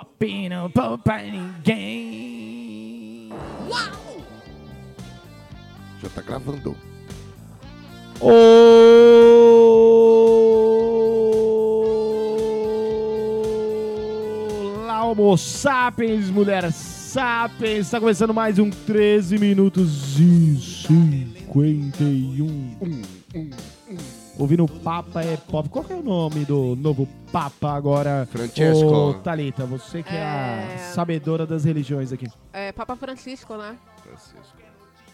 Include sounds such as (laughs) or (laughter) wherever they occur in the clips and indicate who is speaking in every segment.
Speaker 1: Papi não poupa ninguém.
Speaker 2: Já tá gravando.
Speaker 1: Olá, homo sapiens, mulher sapiens. Está começando mais um 13 minutos e 51. Ouvindo o Papa é Pop. Qual que é o nome do novo Papa agora?
Speaker 2: Francesco.
Speaker 1: Ô, Thalita, você que é, a
Speaker 3: É.
Speaker 1: sabedora das religiões aqui.
Speaker 3: É, Papa Francisco, né?
Speaker 2: Francisco.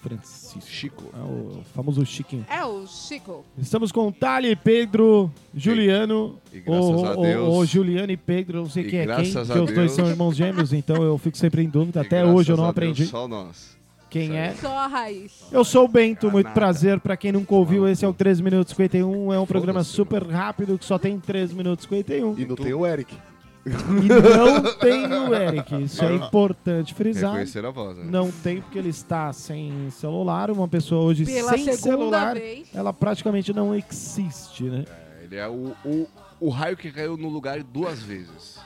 Speaker 1: Francisco.
Speaker 2: Chico.
Speaker 1: É o famoso Chiquinho.
Speaker 3: É o Chico.
Speaker 1: Estamos com Tali, Pedro, Juliano.
Speaker 2: E graças
Speaker 1: o,
Speaker 2: a
Speaker 1: o-
Speaker 2: Deus.
Speaker 1: o Juliano e Pedro, eu não sei
Speaker 2: E
Speaker 1: quem é quem,
Speaker 2: graças a
Speaker 1: porque os dois
Speaker 2: Deus.
Speaker 1: são irmãos gêmeos, então eu fico sempre em dúvida.
Speaker 2: E
Speaker 1: Até
Speaker 2: graças
Speaker 1: hoje eu não
Speaker 2: a Deus,
Speaker 1: aprendi
Speaker 2: Só nós.
Speaker 1: quem é.
Speaker 3: Só a raiz.
Speaker 1: Eu sou o Bento, muito
Speaker 2: Nada.
Speaker 1: prazer. Pra quem nunca ouviu, esse é o 3 minutos 51. É um programa
Speaker 2: mano.
Speaker 1: super rápido que só tem 3 minutos 51.
Speaker 4: E não
Speaker 2: Então-
Speaker 4: tem o Eric.
Speaker 2: (laughs)
Speaker 1: E não tem o Eric. Isso é importante frisar.
Speaker 2: Reconheceram a voz, né?
Speaker 1: Não tem porque ele está sem celular. Uma pessoa hoje
Speaker 3: Pela
Speaker 1: sem
Speaker 3: segunda
Speaker 1: celular,
Speaker 3: vez.
Speaker 1: ela praticamente não existe, né?
Speaker 2: É, Ele é o, o, o raio que caiu no lugar duas vezes.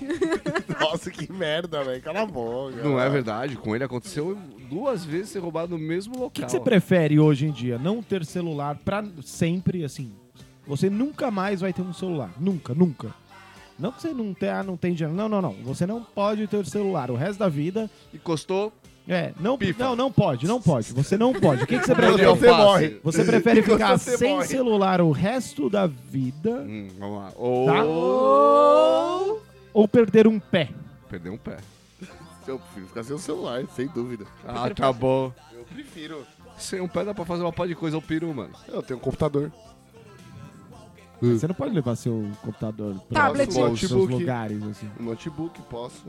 Speaker 4: (laughs) Nossa, que merda, velho. Cala a boca.
Speaker 2: Não é verdade. Com ele aconteceu duas vezes ser roubado no mesmo local.
Speaker 1: O
Speaker 4: Tá
Speaker 1: que, que você prefere hoje em dia? Não ter celular pra sempre, assim? Você nunca mais vai ter um celular. Nunca, nunca. Não que você não tenha, ah, não tem dinheiro. Não, não, não. Você não pode ter celular o resto da vida.
Speaker 2: Encostou.
Speaker 1: É, não,
Speaker 2: Pifa.
Speaker 1: não, não pode, não pode. Você não pode. O que, que você
Speaker 4: (laughs) Meu
Speaker 2: Onde
Speaker 4: Deus,
Speaker 1: prefere?
Speaker 4: você
Speaker 2: alface?
Speaker 4: morre.
Speaker 1: Você prefere
Speaker 4: Enquanto
Speaker 1: ficar
Speaker 4: você
Speaker 1: sem
Speaker 4: morre.
Speaker 1: celular o resto da vida
Speaker 2: Hum, vamos lá. Ou
Speaker 1: Tá.
Speaker 4: Oh.
Speaker 1: ou perder um pé?
Speaker 2: perdeu um pé.
Speaker 4: Eu prefiro ficar sem o celular, sem dúvida.
Speaker 2: Ah, acabou.
Speaker 4: Eu prefiro.
Speaker 2: Sem um pé dá pra fazer uma pá de coisa ao peru, mano.
Speaker 4: Eu tenho um computador.
Speaker 1: Você não pode levar seu computador pra
Speaker 3: Tablet.
Speaker 1: os seus
Speaker 4: Uh. Notebook.
Speaker 1: lugares, assim.
Speaker 4: Um notebook, posso.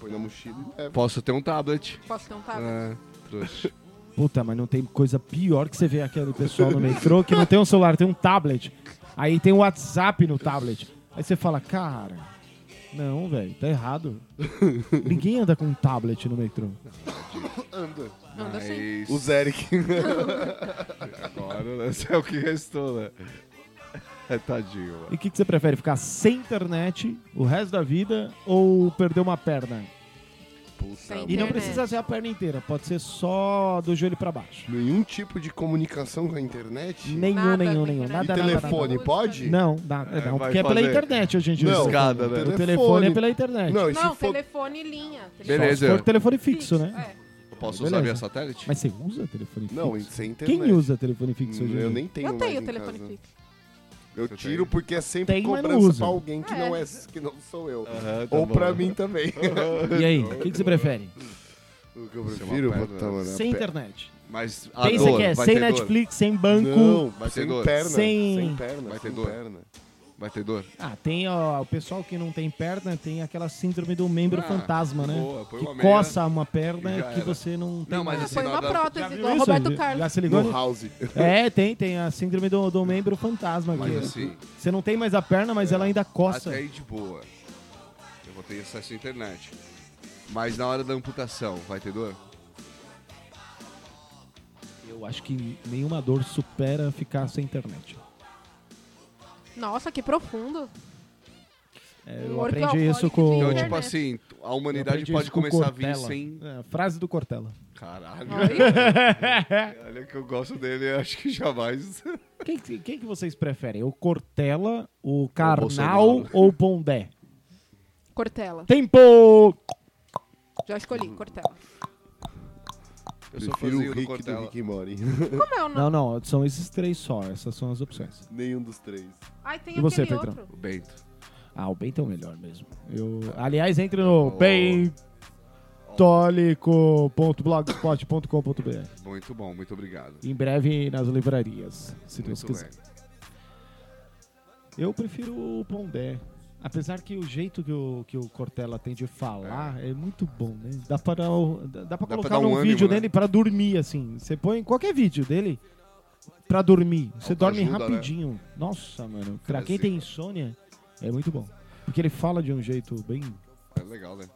Speaker 4: Põe na mochila e levo.
Speaker 2: Posso ter um tablet.
Speaker 3: Posso ter um tablet?
Speaker 2: Ah, trouxa.
Speaker 1: Puta, mas não tem coisa pior que você ver aquele pessoal no metrô que não tem um celular, tem um tablet. Aí tem o WhatsApp no tablet. Aí você fala, cara, não, velho, tá
Speaker 4: (laughs)
Speaker 1: errado. Ninguém anda com um tablet no metrô.
Speaker 4: Anda.
Speaker 3: Anda assim.
Speaker 2: Mas
Speaker 4: Os Eric.
Speaker 2: agora, né? (laughs) Isso é o que restou, né? (laughs) É tadinho, mano.
Speaker 1: E o que, que você prefere? Ficar sem internet o resto da vida ou perder uma perna?
Speaker 2: Puta,
Speaker 3: Sem
Speaker 1: E não
Speaker 3: Internet.
Speaker 1: precisa ser a perna inteira, pode ser só do joelho pra baixo.
Speaker 4: Nenhum tipo de comunicação com a internet.
Speaker 1: Nenhum,
Speaker 3: Nada, né?
Speaker 1: nenhum,
Speaker 3: tem
Speaker 1: nenhum.
Speaker 3: que
Speaker 1: Nada,
Speaker 4: E
Speaker 1: nada, nada,
Speaker 4: telefone,
Speaker 3: nada.
Speaker 4: pode?
Speaker 1: Não, dá-
Speaker 2: É,
Speaker 1: não,
Speaker 2: vai
Speaker 1: porque é pela
Speaker 2: fazer.
Speaker 1: internet hoje em dia.
Speaker 4: Não, Um
Speaker 1: você
Speaker 2: escada,
Speaker 1: fala.
Speaker 2: né?
Speaker 1: O telefone
Speaker 4: Telefone.
Speaker 1: é pela internet.
Speaker 4: Não, e se
Speaker 3: Não,
Speaker 4: for...
Speaker 3: telefone e linha. Telefone
Speaker 2: Beleza.
Speaker 1: Só se for telefone fixo, né?
Speaker 3: É.
Speaker 2: Eu posso
Speaker 1: Beleza.
Speaker 2: usar via satélite?
Speaker 1: Mas você usa telefone fixo?
Speaker 4: Não, sem internet.
Speaker 1: Quem usa telefone
Speaker 2: Hum,
Speaker 1: fixo hoje? em
Speaker 4: Eu
Speaker 1: dia?
Speaker 4: nem tenho
Speaker 3: Eu tenho
Speaker 4: mais em
Speaker 3: telefone
Speaker 4: um casa.
Speaker 3: fixo.
Speaker 4: Eu
Speaker 2: Você
Speaker 4: tiro
Speaker 2: tem?
Speaker 4: porque é sempre
Speaker 1: Tem, mas não
Speaker 4: cobrança
Speaker 1: usa.
Speaker 4: pra alguém que,
Speaker 3: É.
Speaker 4: não é, que não sou eu.
Speaker 2: Aham, tá
Speaker 4: Ou
Speaker 2: bom.
Speaker 4: pra mim (laughs) também.
Speaker 1: E aí, o que, que você prefere?
Speaker 4: O que eu
Speaker 2: Isso é uma
Speaker 4: prefiro,
Speaker 2: pedra.
Speaker 4: puta, mano, é
Speaker 1: sem
Speaker 4: pe-
Speaker 1: internet.
Speaker 2: Mas a
Speaker 1: Pensa
Speaker 2: Ah, dor,
Speaker 1: que é
Speaker 2: vai
Speaker 1: sem
Speaker 2: ter dor?
Speaker 1: Netflix, sem banco.
Speaker 4: Não, vai
Speaker 2: Sem
Speaker 4: sem
Speaker 2: dor.
Speaker 4: perna.
Speaker 1: um Sem-
Speaker 4: perna,
Speaker 2: Vai ter
Speaker 4: sem
Speaker 2: dor.
Speaker 4: perna.
Speaker 2: Vai ter dor?
Speaker 1: Ah, tem ó, o pessoal que não tem perna, tem aquela síndrome do membro
Speaker 2: Ah,
Speaker 1: fantasma, né?
Speaker 2: boa, põe
Speaker 1: que
Speaker 2: uma meia.
Speaker 1: coça uma perna
Speaker 2: e já
Speaker 1: que
Speaker 2: era.
Speaker 1: você não tem.
Speaker 2: Não, mas
Speaker 3: Ah,
Speaker 2: assim,
Speaker 3: Põe uma
Speaker 2: nada-
Speaker 1: Já
Speaker 3: prótese,
Speaker 1: viu
Speaker 3: igual
Speaker 1: isso?
Speaker 3: Roberto
Speaker 1: Já- Já
Speaker 3: Carlos.
Speaker 1: se ligou?
Speaker 4: No house.
Speaker 1: É, tem, tem a síndrome do, do membro fantasma aqui.
Speaker 2: Mas assim,
Speaker 1: Você não tem mais a perna, mas ela ainda coça.
Speaker 2: até aí de boa. Eu vou ter acesso à internet. Mas na hora da amputação, vai ter dor?
Speaker 1: Eu acho que nenhuma dor supera ficar sem internet.
Speaker 3: Nossa, que profundo.
Speaker 1: É,
Speaker 3: Um
Speaker 1: eu
Speaker 3: orgulho
Speaker 1: aprendi isso com.
Speaker 3: alcoólico de
Speaker 2: Então,
Speaker 3: internet.
Speaker 2: tipo assim, a
Speaker 1: eu
Speaker 2: humanidade
Speaker 1: aprendi
Speaker 2: pode
Speaker 1: isso com
Speaker 2: começar a vir
Speaker 1: Cortella.
Speaker 2: sem...
Speaker 1: É, frase do Cortella.
Speaker 2: Caralho.
Speaker 3: Olha.
Speaker 2: (laughs) Olha que eu gosto dele, eu acho que jamais...
Speaker 1: Quem, que- quem que vocês preferem? O Cortella, o Karnal
Speaker 2: Bolsonaro.
Speaker 1: ou o Pondé?
Speaker 3: Cortella.
Speaker 1: Tempo!
Speaker 3: Já escolhi, Cortella.
Speaker 2: Eu (laughs) sou
Speaker 4: Prefiro
Speaker 2: fãzinho
Speaker 4: o
Speaker 2: do
Speaker 4: Rick do
Speaker 2: Cortella.
Speaker 4: Rick Mori.
Speaker 3: Como é o nome?
Speaker 1: Não, não, são esses três só. Essas são as opções.
Speaker 4: Nenhum dos três.
Speaker 3: Ai, tem
Speaker 1: E você,
Speaker 3: aquele
Speaker 1: Pedrão?
Speaker 3: outro.
Speaker 2: O Bento.
Speaker 1: Ah, o Bento é o melhor mesmo. Eu, aliás, entre no
Speaker 2: Oh.
Speaker 1: bentólico.blogspot.com.br
Speaker 2: Muito bom, muito obrigado.
Speaker 1: Em breve nas livrarias, se Deus
Speaker 2: Muito
Speaker 1: quiser.
Speaker 2: bem.
Speaker 1: Eu prefiro o Pondé. Apesar que o jeito que o, que o Cortella tem de falar é. muito bom, né? Dá pra, dar o- dá, dá pra
Speaker 2: pra
Speaker 1: colocar
Speaker 2: dar um
Speaker 1: num
Speaker 2: ânimo,
Speaker 1: vídeo
Speaker 2: né?
Speaker 1: dele pra dormir, assim. Você põe qualquer vídeo dele pra dormir. Você dorme
Speaker 2: Autoajuda, né?
Speaker 1: rapidinho. Nossa, mano. Pra
Speaker 2: Cara,
Speaker 1: quem
Speaker 2: zica.
Speaker 1: tem insônia, é muito bom. Porque ele fala de um jeito bem.
Speaker 2: É legal, né?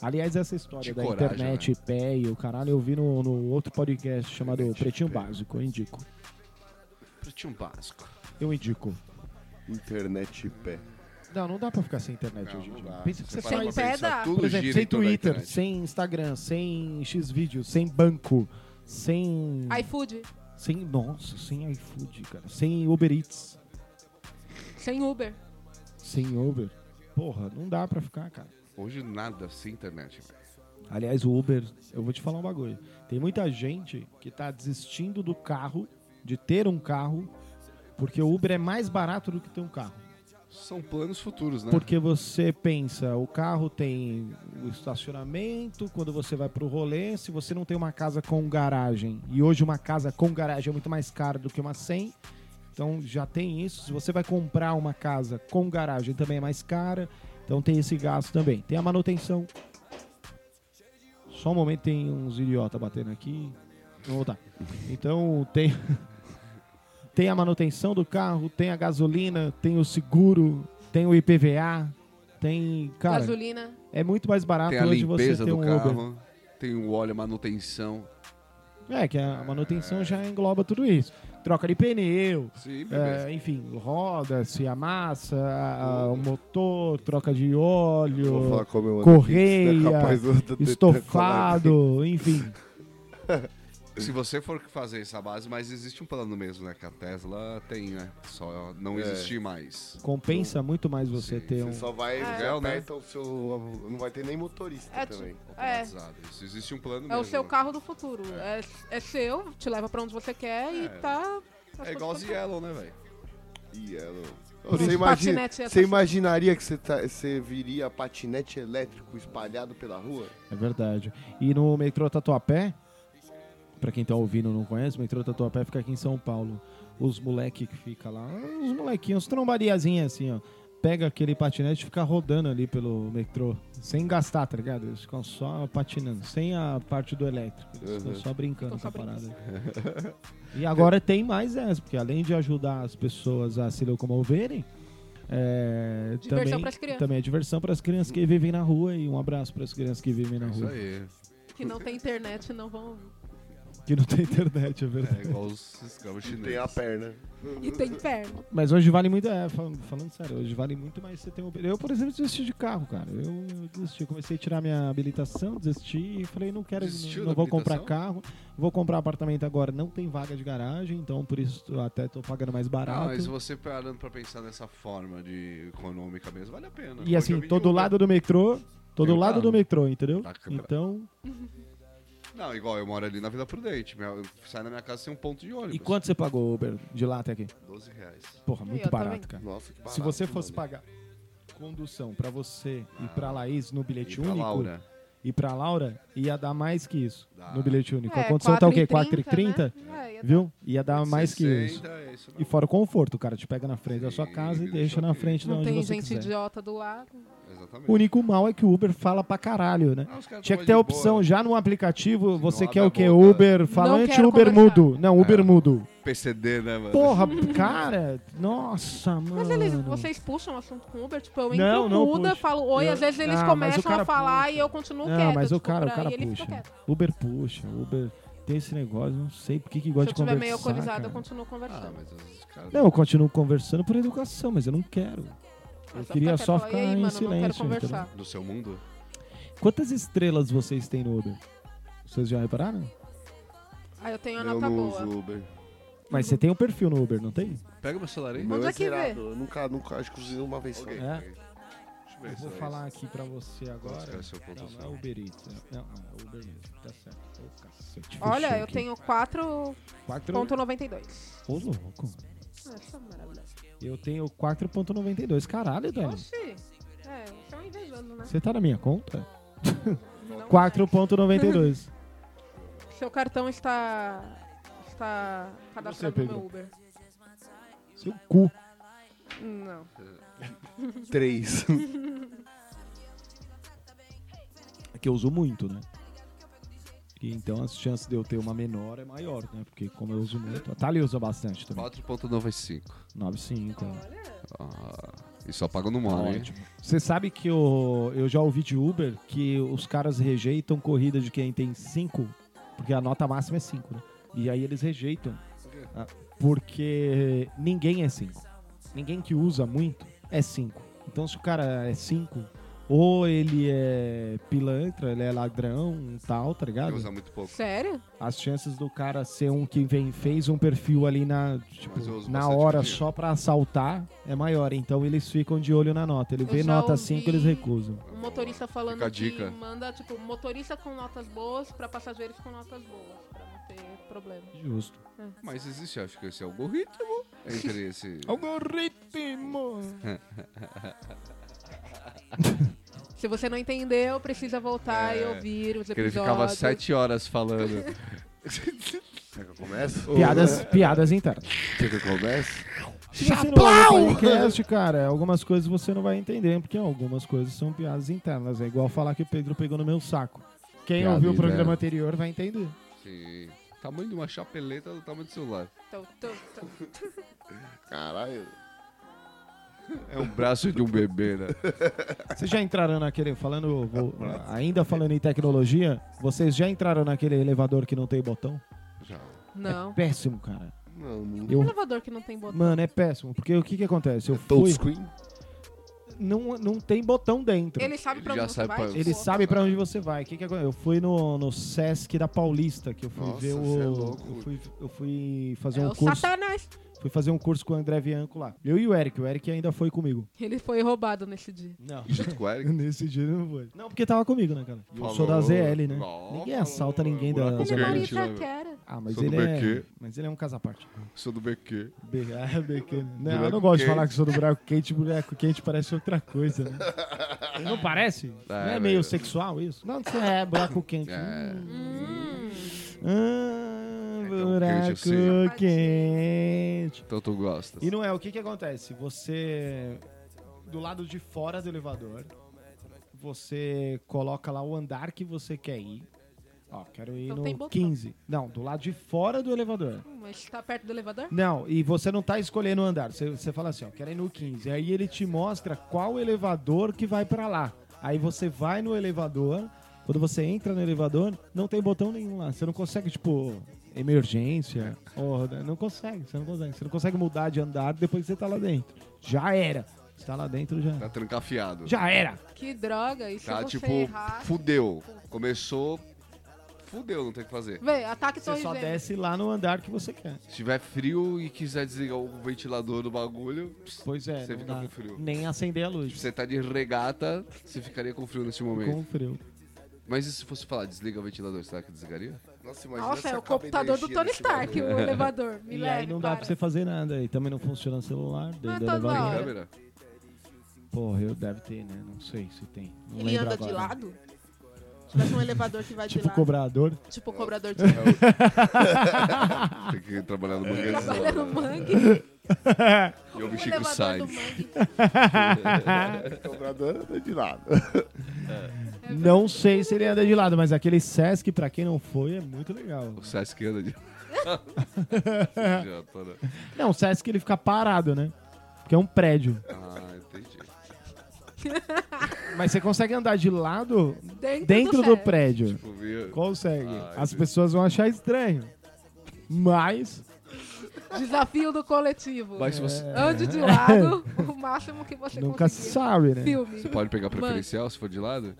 Speaker 1: Aliás, essa história
Speaker 2: De
Speaker 1: da
Speaker 2: coragem, né?
Speaker 1: internet, pé e o caralho, eu vi no, no outro podcast chamado
Speaker 2: Internet,
Speaker 1: Pretinho
Speaker 2: pé.
Speaker 1: Básico. Eu indico. um
Speaker 2: Pretinho básico.
Speaker 1: Eu indico.
Speaker 4: Internet pé.
Speaker 1: Não, não dá pra ficar sem internet
Speaker 2: Não,
Speaker 1: hoje em
Speaker 2: não
Speaker 1: dia.
Speaker 2: dá.
Speaker 1: um Pensa que você
Speaker 2: É, um Você
Speaker 3: para
Speaker 1: faz.
Speaker 2: para
Speaker 3: Sem
Speaker 2: pra
Speaker 3: peda.
Speaker 2: pensar, tudo
Speaker 1: Por exemplo,
Speaker 2: gira em
Speaker 1: sem
Speaker 2: torno da
Speaker 1: Twitter,
Speaker 2: internet.
Speaker 1: sem Instagram, sem X-Vídeo, sem banco, sem.
Speaker 3: iFood,
Speaker 1: Sem. Nossa, sem iFood, cara. Sem Uber Eats,
Speaker 3: sem Uber.
Speaker 1: sem Uber. Porra, não dá pra ficar, cara.
Speaker 2: Hoje nada sem internet, velho.
Speaker 1: Aliás, o Uber, eu vou te falar um bagulho. Tem muita gente que tá desistindo do carro, de ter um carro, porque o Uber é mais barato do que ter um carro.
Speaker 2: São planos futuros, né?
Speaker 1: Porque você pensa, o carro tem o estacionamento, quando você vai pro rolê, se você não tem uma casa com garagem, e hoje uma casa com garagem é muito mais cara do que uma sem, então já tem isso. Se você vai comprar uma casa com garagem também é mais cara, então tem esse gasto também. Tem a manutenção. Só um momento, tem uns idiota batendo aqui. Vou voltar. Então tem. (laughs) Tem a manutenção do carro, tem a gasolina, tem o seguro, tem o IPVA, tem. Cara,
Speaker 3: Gasolina.
Speaker 1: é muito mais barato
Speaker 2: tem a
Speaker 1: hoje você
Speaker 2: limpeza
Speaker 1: ter
Speaker 2: do
Speaker 1: um Uber.
Speaker 2: carro, tem o óleo, a manutenção.
Speaker 1: É, que a manutenção já engloba tudo isso. Troca de pneu,
Speaker 2: Sim, beleza.
Speaker 1: é, enfim, roda, se amassa, a- o motor, troca de óleo,
Speaker 4: como eu
Speaker 1: correia,
Speaker 4: estofado.
Speaker 1: estofado, enfim.
Speaker 2: Se você for fazer essa base, mas existe um plano mesmo, né? Que a Tesla tem, né? Só não
Speaker 4: É.
Speaker 2: existir mais.
Speaker 1: Compensa muito mais você
Speaker 2: Sim,
Speaker 1: ter um.
Speaker 4: Você só vai
Speaker 3: É.
Speaker 4: é. aperta o seu. Não vai ter nem motorista
Speaker 3: É,
Speaker 4: também.
Speaker 2: tipo-
Speaker 3: é,
Speaker 2: Automatizado. Isso existe um plano
Speaker 3: é
Speaker 2: mesmo.
Speaker 3: o seu
Speaker 2: né?
Speaker 3: carro do futuro. É, é seu, te leva pra onde você quer e
Speaker 2: É.
Speaker 3: tá. as coisas
Speaker 2: É igual
Speaker 3: estão-
Speaker 2: Yellow, né, velho?
Speaker 4: Ih, é louco.
Speaker 3: Os
Speaker 4: Você, imagina,
Speaker 3: patinetes e essas-
Speaker 4: você imaginaria que você, tá- você viria patinete elétrico espalhado pela rua?
Speaker 1: É verdade. E no metrô Tatuapé, pra quem tá ouvindo e não conhece, o metrô Tatuapé fica aqui em São Paulo. Os moleque que fica lá, os molequinhos, trombariazinhas assim, ó. Pega aquele patinete e fica rodando ali pelo metrô. Sem gastar, tá ligado? Eles ficam só patinando. Sem a parte do elétrico. Eles ficam
Speaker 4: Uhum.
Speaker 1: só brincando com
Speaker 3: Ficam
Speaker 1: a
Speaker 3: só
Speaker 1: parada. e agora tem mais essa, porque além de ajudar as pessoas a se locomoverem, é,
Speaker 3: Diversão
Speaker 1: também,
Speaker 3: pras crianças.
Speaker 1: também é diversão para as crianças que vivem na rua. E um abraço para as crianças que vivem na
Speaker 2: É Isso
Speaker 1: rua.
Speaker 2: aí.
Speaker 3: Que não tem internet, não vão.
Speaker 1: Que não tem internet, é verdade.
Speaker 2: É igual os escravos chineses.
Speaker 4: Tem a perna.
Speaker 3: E tem perna.
Speaker 1: Mas hoje vale muito. É, falando, falando sério, hoje vale muito mais você ter um. Eu, por exemplo, desisti de carro, cara. Eu, eu desisti. Eu comecei a tirar minha habilitação, desisti e falei, não quero,
Speaker 2: Desistiu
Speaker 1: não, não
Speaker 2: da
Speaker 1: vou comprar carro.
Speaker 2: habilitação?
Speaker 1: Vou comprar apartamento agora, não tem vaga de garagem, então por isso eu até tô pagando mais
Speaker 2: Ah,
Speaker 1: barato.
Speaker 2: mas você parando pra pensar nessa forma de econômica mesmo, vale a pena.
Speaker 1: E assim,
Speaker 2: Hoje eu
Speaker 1: tô do
Speaker 2: vi um-
Speaker 1: lado do metrô. Tô do
Speaker 2: Tem
Speaker 1: lado
Speaker 2: carro.
Speaker 1: do metrô, entendeu?
Speaker 2: Tá, cara.
Speaker 1: Então.
Speaker 2: Não, igual eu moro ali na Vila Prudente. Minha... Sai na minha casa tem um ponto de ônibus.
Speaker 1: E quanto você pagou, Uber, de lá até aqui?
Speaker 2: 12 reais.
Speaker 1: Porra,
Speaker 3: Eu
Speaker 1: muito
Speaker 3: também.
Speaker 1: barato, cara.
Speaker 4: Nossa, que barato,
Speaker 1: Se você fosse
Speaker 4: mano.
Speaker 1: pagar condução pra você e pra Laís no bilhete
Speaker 2: Ah. E pra
Speaker 1: único.
Speaker 2: Laura.
Speaker 1: e pra Laura, ia dar mais que isso
Speaker 2: Dá.
Speaker 1: no bilhete único.
Speaker 3: É,
Speaker 1: a condição tá o quê?
Speaker 3: 4,30,
Speaker 1: 4,30?
Speaker 3: né? É, ia dar-
Speaker 1: Viu? Ia dar mais que
Speaker 2: 60,
Speaker 1: isso.
Speaker 2: é isso
Speaker 1: E
Speaker 2: mesmo.
Speaker 1: fora o conforto, o cara te pega na frente da sua
Speaker 2: Sim,
Speaker 1: casa e
Speaker 2: deixa
Speaker 1: deixa na
Speaker 2: aqui.
Speaker 1: frente de
Speaker 3: tipo, Não
Speaker 1: onde
Speaker 3: tem
Speaker 1: você
Speaker 3: gente
Speaker 1: quiser.
Speaker 3: idiota do lado.
Speaker 2: Exatamente.
Speaker 1: O único mal é que o Uber fala pra caralho, né?
Speaker 2: Ah, os caras
Speaker 1: Tinha
Speaker 2: tão
Speaker 1: que ter a
Speaker 2: mais de
Speaker 1: opção
Speaker 2: boa. né?
Speaker 1: já no aplicativo. Você
Speaker 2: abre
Speaker 1: quer
Speaker 2: a
Speaker 1: o quê?
Speaker 2: boca.
Speaker 1: Uber falante,
Speaker 3: quero
Speaker 1: Uber
Speaker 3: conversar.
Speaker 1: mudo. Não, Uber
Speaker 2: É.
Speaker 1: mudo.
Speaker 2: PCD, né, mano?
Speaker 1: Porra, cara. Nossa, mano.
Speaker 3: Mas eles, vocês puxam o assunto com o Uber? Tipo, eu entro
Speaker 1: Ah. Não, não
Speaker 3: muda,
Speaker 1: puxa.
Speaker 3: falo oi,
Speaker 1: Eu-
Speaker 3: às vezes eles
Speaker 1: Ah, mas o
Speaker 3: começam
Speaker 1: cara
Speaker 3: a falar
Speaker 1: puxa.
Speaker 3: e eu continuo
Speaker 1: Não,
Speaker 3: quieto.
Speaker 1: mas o
Speaker 3: tipo,
Speaker 1: cara, o
Speaker 3: pra-
Speaker 1: cara
Speaker 3: e ele
Speaker 1: puxa.
Speaker 3: fica quieto.
Speaker 1: Uber puxa, Uber tem esse negócio, não sei por que que gosta
Speaker 3: Se eu
Speaker 1: de conversar.
Speaker 3: tiver meio alcoolizado, eu
Speaker 1: cara.
Speaker 3: continuo
Speaker 2: Ah,
Speaker 3: conversando.
Speaker 2: mas os caras...
Speaker 1: Não, eu continuo conversando por educação, mas eu não quero. eu
Speaker 3: só
Speaker 1: Ah, queria
Speaker 3: quieto,
Speaker 1: só
Speaker 3: falar, e
Speaker 1: ficar
Speaker 3: aí,
Speaker 1: em
Speaker 3: mano, Não quero
Speaker 1: silêncio,
Speaker 3: conversar.
Speaker 2: Do seu mundo?
Speaker 1: Quantas estrelas vocês têm no Uber? Vocês já repararam?
Speaker 3: Aí eu tenho a
Speaker 4: Eu
Speaker 3: nota
Speaker 4: não
Speaker 3: boa.
Speaker 4: uso Uber.
Speaker 1: Mas você tem um perfil no Uber, não tem?
Speaker 2: Pega meu celular aí.
Speaker 4: O meu
Speaker 3: Onde
Speaker 4: é
Speaker 3: é que vê?
Speaker 4: zerado. Eu nunca, nunca, acho que usei uma vez só.
Speaker 2: Ok.
Speaker 1: É.
Speaker 2: Deixa eu ver
Speaker 1: Eu
Speaker 2: isso
Speaker 1: vou
Speaker 2: aí.
Speaker 1: falar aqui pra você
Speaker 2: Quantos que
Speaker 1: agora.
Speaker 2: é seu
Speaker 1: Não,
Speaker 2: ponto
Speaker 1: não é
Speaker 2: social?
Speaker 1: Uber Eats. é- Não, não, é Uber mesmo. Tá certo. Ô, cacete,
Speaker 3: Olha,
Speaker 1: fechou
Speaker 3: eu
Speaker 1: aqui.
Speaker 3: tenho
Speaker 1: Quatro...
Speaker 3: 4,92.
Speaker 1: Ô, louco. Ah,
Speaker 3: Essa é maravilhosa.
Speaker 1: Eu tenho 4.92. Caralho, Dani.
Speaker 3: Oxi. É, estão invejando, né?
Speaker 1: Você tá na minha conta?
Speaker 3: Não- (laughs)
Speaker 1: 4.92.
Speaker 3: Seu cartão está. está cadastrado no meu
Speaker 1: Pedro?
Speaker 3: Uber.
Speaker 1: Seu cu.
Speaker 3: Não.
Speaker 4: Três.
Speaker 1: É que eu uso muito, né? E então as chances de eu ter uma menor é maior, né? Porque como eu uso muito. A Thalia usa bastante também.
Speaker 2: 4.95.
Speaker 1: 9,5. né?
Speaker 3: Olha.
Speaker 2: Ah, e só paga no
Speaker 1: Tá
Speaker 2: mole, hein?
Speaker 1: ótimo. Você sabe que eu, eu já ouvi de Uber que os caras rejeitam corrida de quem tem 5, porque a nota máxima é 5, né? E aí eles rejeitam. né? Ah, Porque ninguém é 5. Ninguém que usa muito é 5. Então, se o cara é 5, ou ele é pilantra, ele é ladrão, tal, tá
Speaker 2: Ele
Speaker 1: ligado?
Speaker 2: usa muito pouco.
Speaker 3: Sério?
Speaker 1: As chances do cara ser um que vem, fez um perfil ali na, tipo,
Speaker 2: Mas eu uso
Speaker 1: na
Speaker 2: bastante
Speaker 1: hora
Speaker 2: dinheiro.
Speaker 1: só pra assaltar é maior. Então eles ficam de olho na nota. Ele
Speaker 3: Eu
Speaker 1: vê
Speaker 3: já
Speaker 1: nota
Speaker 3: ouvi
Speaker 1: 5, eles recusam.
Speaker 3: Um motorista falando
Speaker 2: Fica a
Speaker 3: que
Speaker 2: dica.
Speaker 3: manda, tipo, motorista com notas boas pra passageiros com notas boas, pra não ter problema.
Speaker 1: Justo.
Speaker 2: Mas existe, acho que esse algoritmo
Speaker 1: (laughs)
Speaker 2: entre esse.
Speaker 1: Algoritmo!
Speaker 3: Se você não entendeu, precisa voltar e
Speaker 2: É,
Speaker 3: ouvir os episódios.
Speaker 2: que ele ficava sete horas
Speaker 1: (laughs)
Speaker 2: falando.
Speaker 4: Quer que eu comece?
Speaker 1: Piadas, piadas internas.
Speaker 4: Quer que eu comece?
Speaker 1: É. Se você não ouve o podcast, cara, algumas coisas você não vai entender, porque algumas coisas são piadas internas. É igual falar que o Pedro pegou no meu saco. Quem
Speaker 4: Piada
Speaker 1: ouviu o programa
Speaker 4: interna.
Speaker 1: anterior vai entender.
Speaker 2: Sim. Tamanho de uma chapeleta do tamanho do celular.
Speaker 3: Tum, tum, tum.
Speaker 4: Caralho.
Speaker 2: É um braço de um bebê, né?
Speaker 1: Vocês já entraram naquele, falando,
Speaker 4: Ah,
Speaker 1: vou- ainda falando em tecnologia, vocês já entraram naquele elevador que não tem botão? É
Speaker 2: Já.
Speaker 3: Não.
Speaker 1: Péssimo, cara.
Speaker 4: Não, não.
Speaker 3: Um
Speaker 1: Eu,
Speaker 3: elevador que não tem botão.
Speaker 1: mano, é péssimo, porque o que que acontece? Eu fui,
Speaker 4: Touchscreen?
Speaker 1: não, não tem botão dentro.
Speaker 3: Ele sabe
Speaker 2: Ele
Speaker 3: pra
Speaker 2: já
Speaker 3: onde você
Speaker 2: sabe
Speaker 3: vai?
Speaker 2: pra-
Speaker 3: tipo,
Speaker 1: Ele
Speaker 3: outro-
Speaker 1: sabe pra onde você vai. Que que aconte- Eu fui no, no Sesc da Paulista, que eu fui
Speaker 4: Nossa,
Speaker 1: ver o.
Speaker 4: cê é louco.
Speaker 1: Eu, fui, eu fui fazer
Speaker 3: É
Speaker 1: um
Speaker 3: o
Speaker 1: curso.
Speaker 3: Satanás.
Speaker 1: Fui fazer um curso com o André Bianco lá. Eu e o Eric, o Eric ainda foi comigo.
Speaker 3: Ele foi roubado nesse
Speaker 1: (laughs)
Speaker 3: dia.
Speaker 1: Não.
Speaker 2: Junto com o Eric.
Speaker 1: Nesse dia ele não foi. Não, porque tava comigo, né, cara? E Eu sou da
Speaker 2: Falou.
Speaker 1: ZL, né?
Speaker 2: Não,
Speaker 1: ninguém
Speaker 2: falou.
Speaker 1: assalta ninguém da
Speaker 2: Buraco
Speaker 1: da
Speaker 3: Ele
Speaker 1: Zona
Speaker 3: mora em
Speaker 2: Gente,
Speaker 1: Leste.
Speaker 2: né,
Speaker 3: Itaquera.
Speaker 1: Ah, mas
Speaker 2: Sou do
Speaker 1: ele é.
Speaker 2: BQ.
Speaker 1: Mas ele é um caso à parte.
Speaker 2: Sou do BQ.
Speaker 1: B- (laughs) ah, BQ. Não, eu
Speaker 2: Buraco
Speaker 1: não gosto
Speaker 2: quente.
Speaker 1: de falar que sou do buraco quente, buraco quente parece outra coisa, né? Não parece? (laughs) não é
Speaker 2: velho.
Speaker 1: meio sexual isso? Não, é (laughs) buraco quente.
Speaker 2: É.
Speaker 1: Hum.
Speaker 3: Hum.
Speaker 1: Ah,
Speaker 2: então,
Speaker 1: buraco
Speaker 2: quente, eu
Speaker 1: quente.
Speaker 2: Então tu gosta.
Speaker 1: E não é, o que que acontece? Você, do lado de fora do elevador, você coloca lá o andar que você quer ir. Ó, quero ir
Speaker 3: Não Então tem
Speaker 1: no
Speaker 3: botão.
Speaker 1: 15. Não, do lado de fora do elevador.
Speaker 3: Mas tá perto do elevador?
Speaker 1: Não, e você não tá escolhendo o andar. Você, você fala assim, ó, quero ir no 15. Aí ele te mostra qual elevador que vai pra lá. Aí você vai no elevador. Quando você entra no elevador, não tem botão nenhum lá. Você não consegue, tipo, emergência. ou- não consegue, você não consegue. Você não consegue mudar de andar depois que você tá lá dentro. Já era. Você tá lá dentro, já
Speaker 2: Tá trancafiado.
Speaker 1: Já era.
Speaker 3: Que droga, isso
Speaker 2: Tá
Speaker 3: você
Speaker 2: tipo,
Speaker 3: errar.
Speaker 2: fudeu. Começou. Fudeu, não tem o que fazer.
Speaker 3: Vê, ataque
Speaker 1: Você só
Speaker 3: sorrisente.
Speaker 1: desce lá no andar que você quer.
Speaker 2: Se tiver frio e quiser desligar o ventilador do bagulho, pss,
Speaker 1: Pois é,
Speaker 2: Você
Speaker 1: não
Speaker 2: fica
Speaker 1: dá
Speaker 2: com frio.
Speaker 1: nem acender a luz.
Speaker 2: você tá de regata, você ficaria com frio nesse momento.
Speaker 1: Com frio.
Speaker 2: Mas e se fosse falar, desliga o ventilador, será que desligaria?
Speaker 4: Nossa, imagina
Speaker 3: Nossa,
Speaker 4: se
Speaker 3: é o
Speaker 4: acaba a
Speaker 3: computador do
Speaker 4: energia
Speaker 3: Tony
Speaker 4: desse
Speaker 3: Stark,
Speaker 4: bagulho.
Speaker 3: o elevador.
Speaker 1: (laughs)
Speaker 3: Me
Speaker 1: E
Speaker 3: leve,
Speaker 1: aí não dá
Speaker 3: para.
Speaker 1: pra você fazer nada. E também não funciona celular.
Speaker 3: Mas
Speaker 1: dentro do
Speaker 3: tá da
Speaker 1: elevador.
Speaker 3: hora.
Speaker 2: Câmera?
Speaker 1: Porra, eu deve ter, né? Não sei se tem. Não
Speaker 5: Ele
Speaker 1: lembro
Speaker 5: anda
Speaker 1: agora.
Speaker 5: de lado? Se tivesse um elevador que vai de
Speaker 1: Tipo
Speaker 5: lado.
Speaker 1: cobrador.
Speaker 3: É
Speaker 5: Tipo cobrador de
Speaker 1: Ah.
Speaker 2: Tem que trabalhar
Speaker 3: É.
Speaker 2: no mangueiro.
Speaker 3: Trabalha no mangue.
Speaker 2: E o
Speaker 3: O
Speaker 2: Bichico
Speaker 3: elevador
Speaker 2: sai.
Speaker 3: do mangue.
Speaker 4: Comprador anda de lado.
Speaker 1: Não sei se ele anda de lado, mas aquele Sesc, pra quem não foi, é muito legal.
Speaker 2: O Sesc anda de.
Speaker 1: (laughs)
Speaker 2: Já tô, né?
Speaker 1: Não, o Sesc ele fica parado, né? Porque é um prédio.
Speaker 2: Ah, entendi.
Speaker 1: Mas você consegue andar de lado
Speaker 3: Dentro,
Speaker 1: dentro do
Speaker 3: cérebro.
Speaker 1: prédio.
Speaker 2: Tipo, viu?
Speaker 1: Consegue.
Speaker 2: Ah,
Speaker 1: As
Speaker 2: entendi.
Speaker 1: pessoas vão achar estranho. Mas.
Speaker 3: Desafio do coletivo.
Speaker 2: Mas se você
Speaker 1: É.
Speaker 3: Ande de lado o máximo que você
Speaker 1: Nunca se
Speaker 3: conseguir.
Speaker 1: sabe, né?
Speaker 3: Filme.
Speaker 2: pode pegar preferencial se for de lado?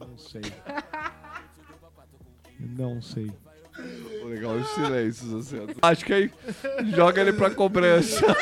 Speaker 1: Não sei. Não sei.
Speaker 2: Legal, os silêncios assim. ó. Acho que aí joga ele pra cobrança.